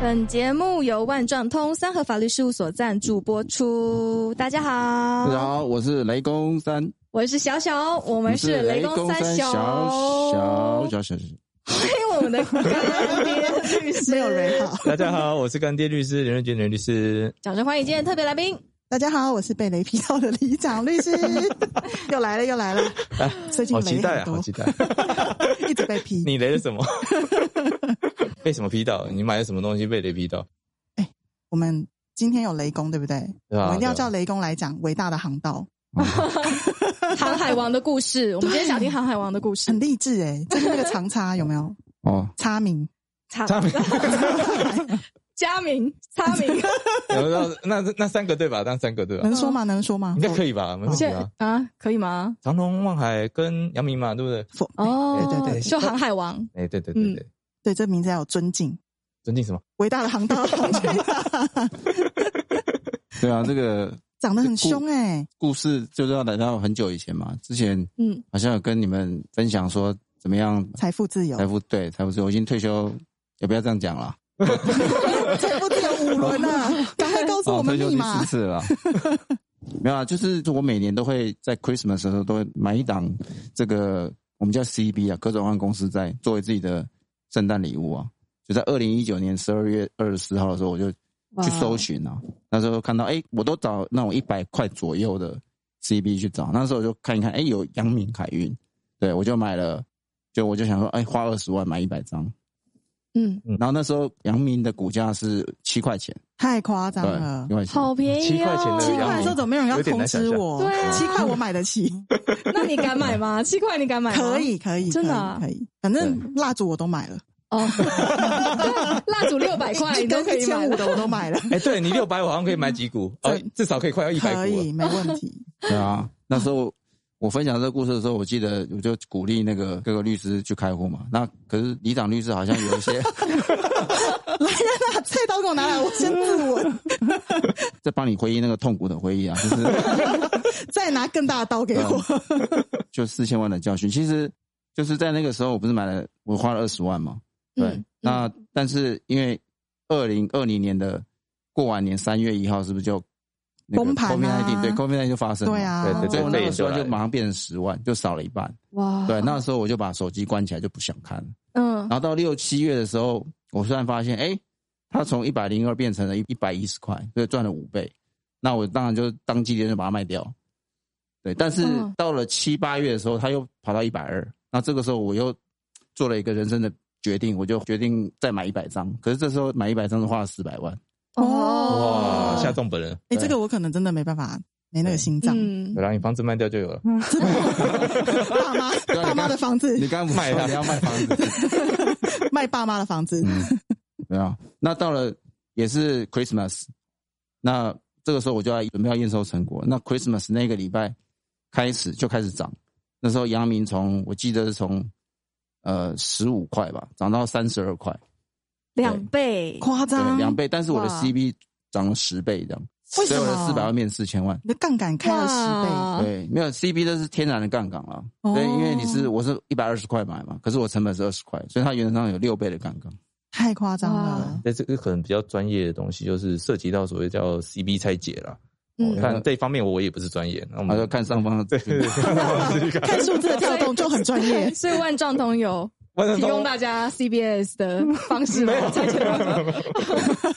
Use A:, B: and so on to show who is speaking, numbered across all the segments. A: 本节目由万状通三和法律事务所赞助播出。大家好，
B: 大家好，我是雷公三，
A: 我是小小，我
B: 我
A: 们是
B: 雷
A: 公
B: 三
A: 小
B: 小小小小小。
A: 欢迎我们的干爹律师，
C: 没有人好。
D: 大家好，我是干爹律师任瑞娟任律师。
A: 掌声欢迎今天的特别来宾，
C: 大家好，我是被雷劈到的李长律 师，又来了又来了，最近
D: 好期
C: 雷
D: 待
C: 很
D: 啊，
C: 多
D: 好，期待！
C: 一直被劈。
D: 你雷了什 么？被什么劈到？你买了什么东西被雷劈到？
C: 我们今天有雷公，对不对？
D: 对啊
C: 我们一定要
D: 对啊
C: 叫雷公来讲伟大的航道，
A: 航海王的故事。我们今天想听航海王的故事
C: 很，励志哎。就是那个长差有没有？
B: 哦，
C: 差名
A: 差
D: 差评，
A: 佳明，差明，
D: 然后那那那三个对吧？那三个对吧？
C: 能说吗？能说吗
D: 应？该可以吧？没问题
A: 现
D: 吧？
A: 啊，可以吗？
D: 长隆、望海跟阳明嘛，对不对？
C: 否
A: 哦，
C: 哎对对对
A: 就航海王，
D: 哎，对对对
C: 嗯
D: 对，
C: 对这名字要有尊敬，
D: 尊敬什么？
C: 伟大的航道，
B: 对啊，这个
C: 长得很凶哎。
B: 故事就是要来到很久以前嘛，之前
A: 嗯，
B: 好像有跟你们分享说怎么样
C: 财富自由
B: 财，富对财富自由，我已经退休，也不要这样讲了，
C: 财富自由五轮 啊！赶快告诉我
B: 哦，
C: 们
B: 退休
C: 密
B: 第
C: 码
B: 四。次了。 没有啊，就是我每年都会在 Christmas 的时候都会买一档这个我们叫 CB 啊，可转换公司在作为自己的圣诞礼物啊。就在二零一九年十二月二十四号的时候，我就去搜寻啊，那时候看到哎、诶我都找那种一百块左右的 CB 去找，那时候我就看一看，哎、有阳明海运，对我就买了，就我就想说，哎、花二十万买一百张，
A: 嗯，
B: 然后那时候阳明的股价是七块钱，
C: 太夸张
B: 对
C: 了，，
B: 七块钱，
A: 好便宜哦，
D: 七
B: 嗯
D: 块钱的
C: 七块
D: 阳
C: 的
D: 明
C: 时候怎么没有人要
D: 有点
C: 通
D: 难想
C: 知
D: 象
C: 我？
A: 对啊
C: 七块我买得起。
A: 那你敢买吗？七块你敢 买吗？
C: 可以，可以，
A: 真的啊
C: 可以，可以反正蜡烛我都买了，
A: 哦， 对蜡烛六百块你
C: 一
A: 都
C: 根
A: 可
C: 一
A: 以买
C: 千五
A: 了，
C: 的我 都买了，
D: 哎，对你六百，我好像可以买几股，哦，至少可以快要一百
C: 嗯
B: 啊
C: 可
D: 股
C: 以，
D: 了。
C: 没问题。
B: 对啊，那时候我分享这个故事的时候，我记得我就鼓励那个各个律师去开户嘛。那可是李长律师好像有一些
C: 来来来，把菜刀给我拿来，我先自
A: 嗯
C: 刎，
B: 在帮你回忆那个痛苦的回忆 啊，就是
C: 再拿更大的刀给我。
B: 就四千万的教训。其实就是在那个时候，我不是买了，我花了二十万嘛。对，
A: 嗯
B: 那但是因为二零二零年的过完年三月一号，是不是就那个
C: 崩盘
B: COVID
C: 啊
B: 19对 COVID 19就发生了
C: 对，啊，
D: 对对
B: 所以我那
D: 对，这
B: 个
D: 也
B: 时
D: 就
B: 候
D: 来
B: 就马
D: 了。
B: 上变成十万，就少了一半。
A: 哇，
B: 对，那时候我就把手机关起来，就不想看了。
A: 嗯
B: 然，后到六七月的时候，我突然发现，哎，它从一百零二变成了一一百一十块，所以赚了五倍。那我当然就当机立断就把它卖掉。对，但是
A: 嗯
B: 到了七八月的时候，它又跑到一百二。那这个时候我又做了一个人生的决定，我就决定再买一百张。可是这时候买一百张的花了四百万，
A: 哦
D: 哇，下中本人，
C: 哎，这个我可能真的没办法，没那个心脏。
A: 嗯
D: 我，让你房子卖掉就有了。
C: 嗯 爸妈，
B: 啊
C: 爸妈的房子
B: 你，刚刚不是
D: 卖
B: 说
D: 它
B: 你要卖房子？
C: 卖爸妈的房子，
B: 嗯，没有。那到了也是 Christmas，那这个时候我就要准备要验收成果。那 Christmas 那个礼拜开始就开始涨，那时候阳明从我记得是从呃十五块吧，涨到三十二块，
A: 两倍，
C: 夸
B: 对，
C: 张，
B: 两。倍。但是我的
A: 哇
B: CB 涨了十倍这样，所
C: 为什
B: 以我的
C: 么？
B: 四百万变四千万。
C: 你的杠杆开了十倍，
A: 哇，
B: 对，没有 CB 这是天然的杠杆了，
C: 哦
B: 对，因为你是我是一百二十块买嘛，可是我成本是二十块，所以它原则上有六倍的杠杆。
C: 太夸张了
A: 哇。
D: 那这个可能比较专业的东西，就是涉及到所谓叫 CB 拆解啦。
A: 嗯，
D: 哦但这一方面我也不是专业，那我
B: 他
D: 们
B: 就看上方的资讯，
C: 看数字的跳动就很专业
A: 所以万丈通有
D: 万
A: 提供大家 CBS 的方式吗
D: 没有
A: 猜拳吗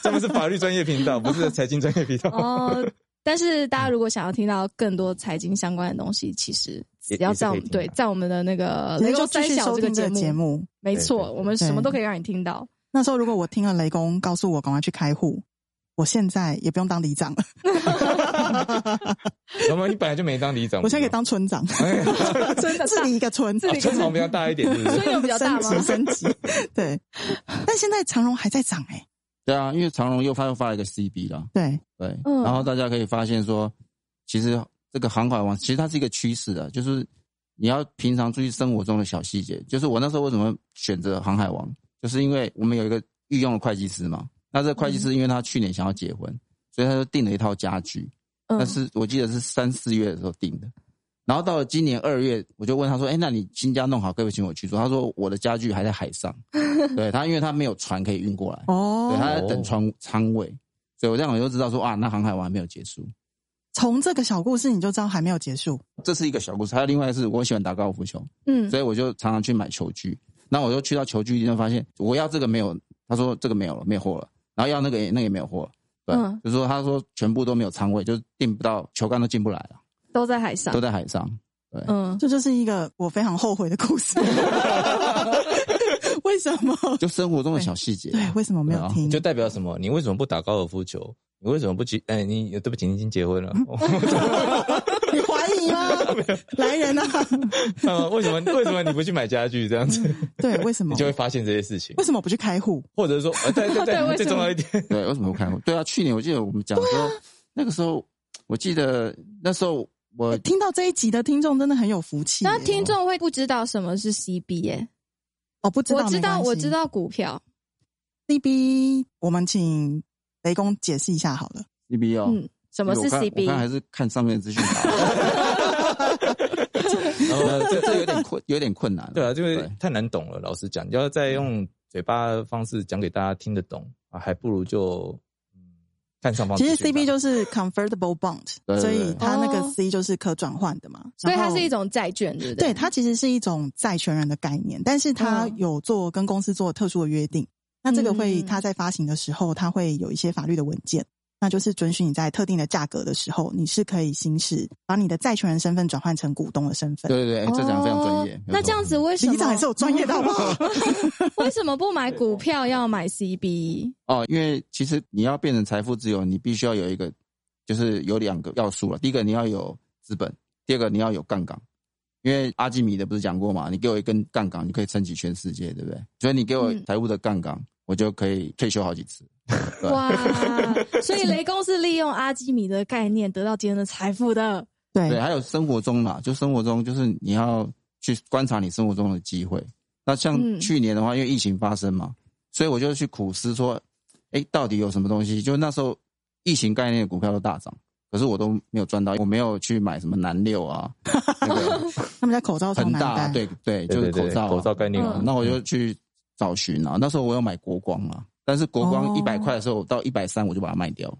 D: 这们是法律专业频道，不是财经专业频道。
A: 哦。但是大家如果想要听到更多财经相关的东西，其实只
D: 也
A: 要在我
D: 也
A: 们
D: 是可以
A: 对
D: 听的
A: 在我们的那个
C: 你
A: 雷
C: 就
A: 公
C: 继
A: 三
C: 续
A: 小
C: 收
A: 这个
C: 听这个节
A: 节目，
C: 目。
A: 没
D: 对
A: 错，
D: 对
A: 我们什么
C: 对
A: 都可以让你听到。
C: 那时候如果我听了雷公告诉我赶快去开户，我现在也不用当里长了，
D: 老板，你本来就没当里长，
C: 我现在可以当村长，
A: 真的
C: 治理一个村，
A: 啊治理一个
D: 村啊长比较大一点，是不是？
A: 村有比较大吗
C: 升级升级，对。但现在长荣还在涨哎、
B: 对啊，因为长荣又发又发了一个 CB 啦，
C: 对，
B: 对，
A: 嗯
B: 然后大家可以发现说，其实这个航海王其实它是一个趋势的，就是你要平常注意生活中的小细节。就是我那时候为什么选择航海王，就是因为我们有一个御用的会计师嘛，那这个会计
A: 嗯
B: 师因为他去年想要结婚，所以他就订了一套家具，
A: 嗯
B: 但是我记得是三四月的时候订的。然后到了今年二月，我就问他说：“哎，那你新家弄好，可不可以请我去住？”他说：“我的家具还在海上，对他，因为他没有船可以运过来，对，
C: 哦，
B: 他在等船仓位，所以我这样我就知道说啊，那航海王还没有结束。
C: 从这个小故事你就知道还没有结束。
B: 这是一个小故事，还有另外一个是我喜欢打高尔夫球，
A: 嗯，
B: 所以我就常常去买球具。那我就去到球具店，发现我要这个没有，他说这个没有了，没有货了。然后要那个也那个也没有货了，对，
A: 嗯
B: 就是说他说全部都没有仓位，就是订不到，球杆都进不来了，
A: 都在海上
B: 都，在海上。对，
A: 嗯，
C: 这就是一个我非常后悔的故事。 为什么？
B: 就生活中的小细节。啊
C: 对，为什么没有听？
D: 就代表什么？你为什么不打高尔夫球？你为什么不结？哎，你对不起，你已经结婚了。
C: 嗯 你怀 疑吗？来人啊！
D: 呃为什么？为什么你不去买家具？这样子，
C: 对，为什
D: 你
C: 么？
D: 就会发现这些事情。
C: 为什么不去开户？
D: 或者说，呃，对对
A: 对为什
D: 对，最
A: 么
D: 重要一点，
B: 对，为什么会看过？对啊，去年我记得我们讲说， 那个时候我记得那时候
A: 哎
B: 我
C: 听到这一集的听众真的很有福气耶。
A: 那听众会不知道什么是 CB 耶、
C: 哦，不知道，
A: 我知道，我知
C: 道。
A: 道股票，
C: C B，我们请雷公解释一下好了。
B: CB 哦，
A: 嗯，什么是
B: 我看我看
A: CB？
B: 还是看上面的资讯好。 呃这这有点困，有点困难。
D: 对啊，因为
B: 对
D: 太难懂了。老实讲，要再用嘴巴的方式讲给大家听得懂啊，还不如就嗯看上方资
C: 其
D: 讯吧。
C: 实 C B 就是 convertible bond，
B: 对对对
C: 所以它那个
A: 哦
C: C 就是可转换的嘛。
A: 所以它
C: 然后
A: 是一种债券，对不
C: 对，
A: 对？
C: 它其实是一种债权人的概念，但是它
A: 嗯
C: 有做跟公司做特殊的约定。那这个会，
A: 嗯
C: 它在发行的时候，它会有一些法律的文件，那就是准许你在特定的价格的时候，你是可以行使把你的债权人身份转换成股东的身份。
B: 对对对，
A: 哦，
B: 哎这讲得非常专业。没有
A: 那
B: 错
A: 这样子为什么？
C: 李长也是有专业的好不好？
A: 为什么不买股票要买 CB？
B: 哦，因为其实你要变成财富自由，你必须要有一个，就是有两个要素了。第一个你要有资本，第二个你要有杠杆。因为阿基米德不是讲过嘛，你给我一根杠杆，你可以撑起全世界，对不对？所以你给我
A: 嗯
B: 财务的杠杆，我就可以退休好几次。对
A: 哇！所以雷公是利用阿基米德的概念得到今天的财富的。
B: 对，啊
C: 对，
B: 还有生活中嘛，就生活中就是你要去观察你生活中的机会。那
A: 嗯
B: 像去年的话，因为疫情发生嘛，所以我就去苦思说，哎，到底有什么东西？就那时候疫情概念的股票都大涨，可是我都没有赚到，我没有去买什么南六啊，那个
C: 他们在口罩从
B: 恒
C: 南
B: 大，啊
C: 单，
B: 对对，
D: 对
B: 就是
D: 对
B: 口
D: 对
B: 罩、
D: 口罩概念
A: 啊
B: 嗯那我就去找寻啊。那时候我有买国光嘛，但是国光
C: 哦
B: 一百块的时候，我到一百三我就把它卖掉，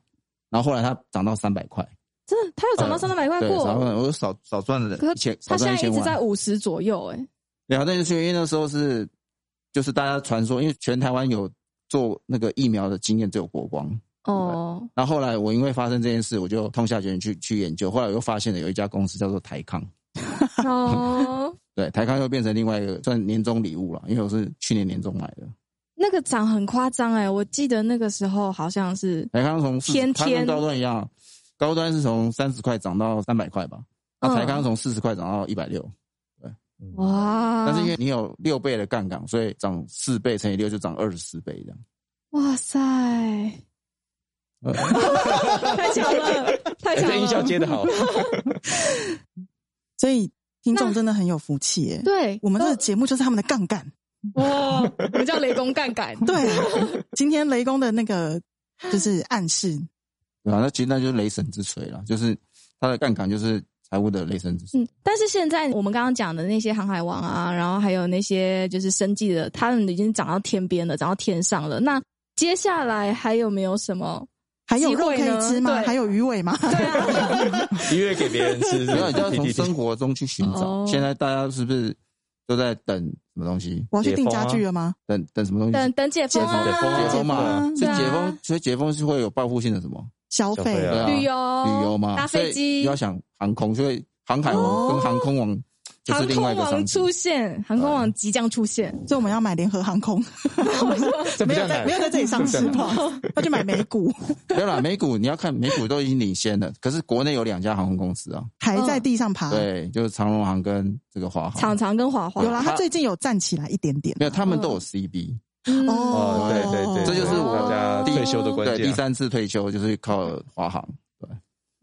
B: 然后后来它涨到三百块。
A: 真的，它有涨到
D: 呃
A: 三百块
B: 对，少
A: 过，
B: 赚，我就少少赚了
A: 可
B: 一千，
A: 它
B: 少
A: 现
B: 赚一
A: 在
B: 千
A: 一直
B: 万。
A: 在五十左右，哎，
B: 两弹啊就是因为那时候是，就是大家传说，因为全台湾有做那个疫苗的经验只有国光。
A: 哦，
B: 然后后来我因为发生这件事，我就痛下决心去去研究。后来我又发现了有一家公司叫做台康，
A: 哦，
B: 对，台康又变成另外一个算年终礼物了，因为我是去年年终买的。
A: 那个涨很夸张，哎，我记得那个时候好像是
B: 台康从40
A: 天
B: 它
A: 天
B: 跟高端一样，高端是从三十块涨到三百块吧，
A: 嗯
B: 那台康从四十块涨到一百六，
D: 嗯
B: 嗯
A: 哇，
B: 但是因为你有六倍的杠杆，所以涨四倍乘以六就涨二十四倍这样。
A: 哇塞，
B: 呃
A: 太强了，太
D: 哎
A: 强
D: 这音效
A: 了，
D: 接的好，
C: 所以听众
A: 那
C: 真的很有福气耶。
A: 对，
C: 我们这个节目就是他们的杠杆。
A: 都哇，我们叫雷公杠杆，
C: 对，今天雷公的那个就是暗示，
B: 对啊，那其实那就是雷神之锤啦，就是它的杠杆就是财务的雷神之锤。
A: 嗯，但是现在我们刚刚讲的那些航海王啊，然后还有那些就是生计的，他们已经涨到天边了，涨到天上了。那接下来还有没有什么？
C: 还有肉可
A: 机会
C: 以
A: 呢
C: 吃吗？
A: 对
C: 还有鱼尾吗？
A: 对啊，
D: 一月给别人吃，
B: 没有，你就要 从
D: PPT
B: 生活中去寻
A: 哦
B: 找。现在大家是不是都在等什么东西？
C: 我要去
D: 解
C: 订
D: 封
C: 家
D: 啊
C: 具了吗？
B: 等等什么东
A: 等
B: 西？
A: 等解封啊，
D: 解封
B: 解封嘛，
C: 解
A: 封啊
B: 所以
A: 对
B: 解
A: 啊
B: 封，所以解封是会有报复性的什么
C: 消
D: 消费
C: 费
D: 啊
B: 对啊
A: 旅游、
B: 旅游嘛？
A: 哦搭飞
B: 所以
A: 机
B: 你要，想航空，所以航海
C: 哦
B: 王跟航空王就是
A: 航
B: 另
A: 空
B: 外一个
A: 网
B: 商机。
A: 出现，航空网即将出现。
C: 所以我们要买联合航空，
D: 这比
C: 没有
D: 较
C: 在
D: 难
C: 没。有在这里上市
D: 这比较
C: 吧？要去买美股，
B: 没有啦，美股你要看美股都已经领先了，可是国内有两家航空公司啊，
C: 还在地上
A: 啊
C: 爬。
B: 对，就是长荣航跟这个华
A: 常
B: 航，
A: 常跟华华
C: 有啦，他最近有站起来一点点
B: 没。有，他们都有 CB。
A: 嗯
C: 哦
D: 哦，对对对，
B: 这就是我
D: 大家退休的关
B: 对，
D: 键。啊
B: 第三次退休就是靠华航。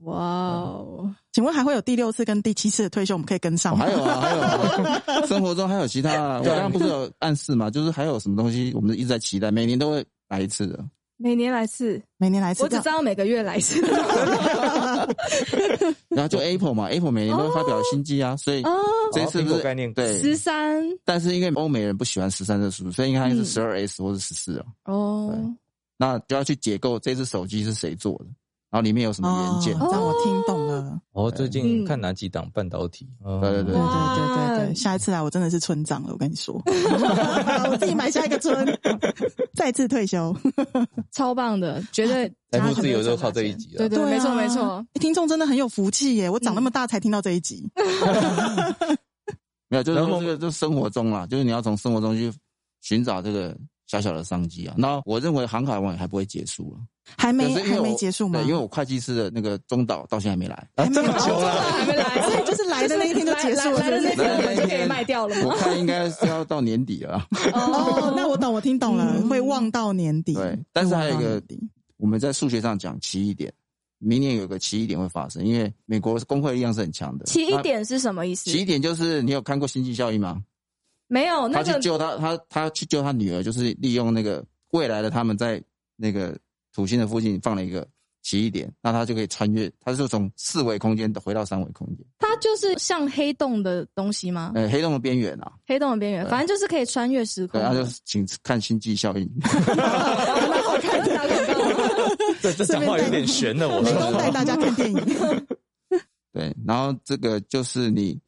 A: 哇哦，
C: 请问还会有第六次跟第七次的退休，我们可以跟
B: 哦
C: 上吗
B: 还？有啊，还有啊 生活中还有其他啊，我
D: 对啊
B: 刚刚不是有暗示嘛，就是还有什么东西我们一直在期待，每年都会来一次的。
A: 每年来一次，
C: 每年来一次
A: 我只知
C: 这样。
A: 道每个月来一次。
B: 然后就 Apple 嘛，Apple 每年都会发表新机啊，所以
A: 哦，
B: 这一次
D: 苹
B: 不
D: 果
B: 是
D: 概念股
B: 对
A: 十，三
B: 但是因为欧美人不喜欢十三这数，所以应该是十二 S 或者十四啊，
A: 哦，
B: 那就要去解构这只手机是谁做的，然后里面有什么元件
C: 哦，，这样我听懂了。
D: 哦，最近
A: 嗯
D: 看哪几档半导体？哦
B: 对对对
C: 对
A: 哇
C: 对对对对，下一次来我真的是村长了，我跟你 说，我自己买下一个村， 再次退休。
A: 超棒的，绝对
D: 财
A: 大
D: 富
A: 家
D: 自由
A: 绝对
D: 就靠这一
A: 赚大钱
D: 集
A: 对
D: 了。
A: 对，
C: 啊
A: 没错没 错。，嗯
C: 听众真的很有福气耶！我长那么大才听到这一集，
B: 没有，就是
D: 然后
B: 说这个就生活中啦，就是你要从生活中去寻找这个小小的商机啊。那我认为航海王也还不会结束了，
C: 还没
B: 可是因为
C: 还
B: 我
C: 没结束吗？
B: 对，因为我会计师的那个中岛到现在还没来，
D: 啊，这么
C: 还没
D: 久
A: 哦
D: 了，
A: 还没来，
C: 所以 就是来的那一天就结束了
A: 来来的那
C: 是
B: 是
C: 不
A: 天我们就可以卖掉了
B: 我
A: 吗？
B: 看应该是要到年底 了啊。
C: 哦，那我懂，我听懂了，
A: 嗯
C: 会望到年底。
B: 对但是还有一个
C: 会望到年底
B: 我们在数学上讲奇异点，明年有个奇异点会发生，因为美国工会力量是很强的。
A: 奇异，点是什么意思？
B: 奇异点就是你有看过《星际效应》吗？
A: 没有那
B: 他去
A: 个
B: 救他，他他去救他女儿，就是利用那个未来的他们在那个土星的附近放了一个奇异点，那他就可以穿越，他就从四维空间回到三维空间，
A: 它就是像黑洞的东西吗？
B: 呃，黑洞的边缘啊，
A: 黑洞的边缘，
B: 对
A: 反正就是可以穿越时空
C: 哦
B: 对，。他就请看《星际效应》
A: 蛮好看的，打广告
D: 这这讲话有点悬了，我
C: 美工带大家看电影，
B: 对，然后这个就是你，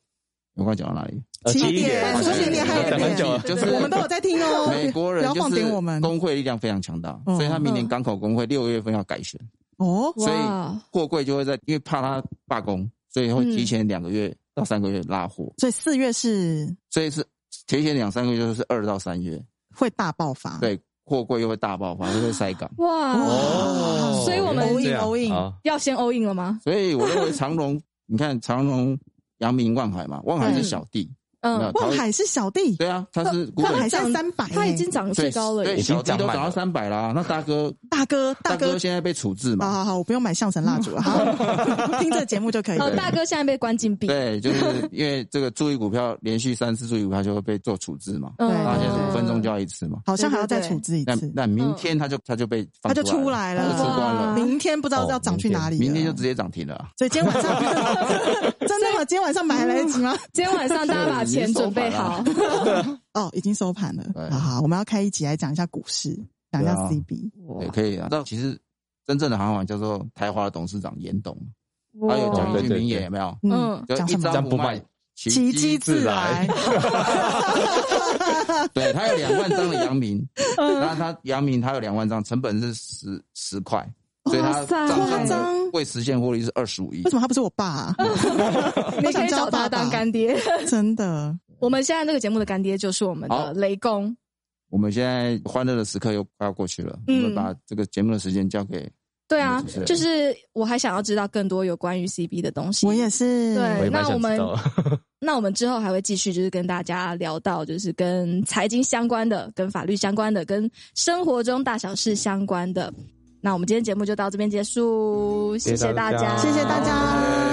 B: 我刚才讲到哪里？
D: 呃
C: 起
D: 起
C: 点
D: 点
B: 说起点还有
D: 讲很
B: 点
D: 久啊了，
B: 就是
C: 我们都有在听哦。
B: 美国人
C: 不要
B: 就
C: 放
B: 是
C: 点我们
B: 工会力量非常强大，
C: 嗯
B: 所以他明年港口工会六月份要改选，
C: 哦，
B: 所
A: 哇
B: 以货柜就会在，因为怕他罢工，所以会
C: 嗯
B: 提前两个月到三个月拉货，
C: 所以四月是
B: 所以是提前两三个月就是二到三月，
C: 会大爆发。，
B: 对，货柜又会大爆发，就会塞港。
A: 哇！
D: 哦，
A: 所以我们
D: 原来是这
C: all in,
D: 样
C: all in
D: 好
A: 要先 all in 了吗？
B: 所以我认为长荣，你看长荣、阳明、万海嘛，万海是小弟，没有
A: 嗯，
C: 望嗯海是小弟，
B: 对啊，他是股
C: 望
B: 本
C: 海现在三百，
A: 它已经涨得最
B: 最
A: 高了耶，
B: 对，
D: 已经
B: 小弟
D: 涨
B: 都
D: 满
B: 涨到
D: 了
B: 三百啦。那大哥，
C: 大哥，
B: 大
C: 哥啊
B: 哥，现在被处置
C: 好
B: 嘛，
C: 好好，我不用买象神蜡 烛了，好听这节目就可以
A: 哦，
C: 了。
A: 大哥现在被关禁闭。
B: 对，就是因为这个注意股票连续三次注意股票就会被做处置嘛，
A: 嗯，
B: 那
C: 大
B: 现在
C: 家
B: 是
C: 是
B: 五分钟就要一次嘛。
C: 好像还要再
A: 对对对
C: 处置一
B: 那
C: 次，
B: 那明天他就他就被
C: 他
B: 放
C: 就出
B: 出
C: 来
B: 他就出
C: 了。
B: 关
A: 哇
B: 了，
C: 明天不知道要涨去哪里了，
B: 明天就直接涨停了啊。
C: 所以今天晚上 真的吗？今天晚上买还来得及 吗？
A: 今天晚上大家把钱准备好。
C: 哦，已经收盘了
B: 对。
C: 好好，我们要开一集来讲一下股市，讲一下
B: 哎对啊
C: CB。
B: 对，可以啊。那其实真正的行行叫做台华的董事长严董，
A: 哇
B: 他有讲一句
D: 对对
B: 名言，
D: 对
B: 有没有？
A: 嗯
B: 就
C: 讲
B: 一
C: 什么？
D: 张
B: 不卖
D: 不卖，
C: 奇迹自
D: 来
C: 来。
B: 对他有两万张的阳 明，
C: 嗯
B: 那他阳明他有两万张，成本是十十块，所以他
A: 哇塞
B: 账上
C: 夸张
B: 的未实现获利是二十五亿
C: 为。什么他不是我 爸啊？
A: 你可以找他当干爹。
C: 真的，
A: 我们现在这个节目的干爹就是我们
B: 好
A: 的雷公，
B: 我们现在欢乐的时刻又快要过去了，我
A: 嗯
B: 们把这个节目的时间交给
A: 对啊
B: 嗯是，
A: 就是我还想要知道更多有关于 CB 的东西。
C: 我也是。
A: 对
D: 我也蛮
A: 那我
D: 想
A: 们
D: 知道。
A: 那我们之后还会继续，就是跟大家聊到，就是跟财经相关的、跟法律相关的、跟生活中大小事相关的。那我们今天节目就到这边结束，谢
D: 谢谢
A: 大
D: 大
A: 家，
D: 家
C: 谢谢大家。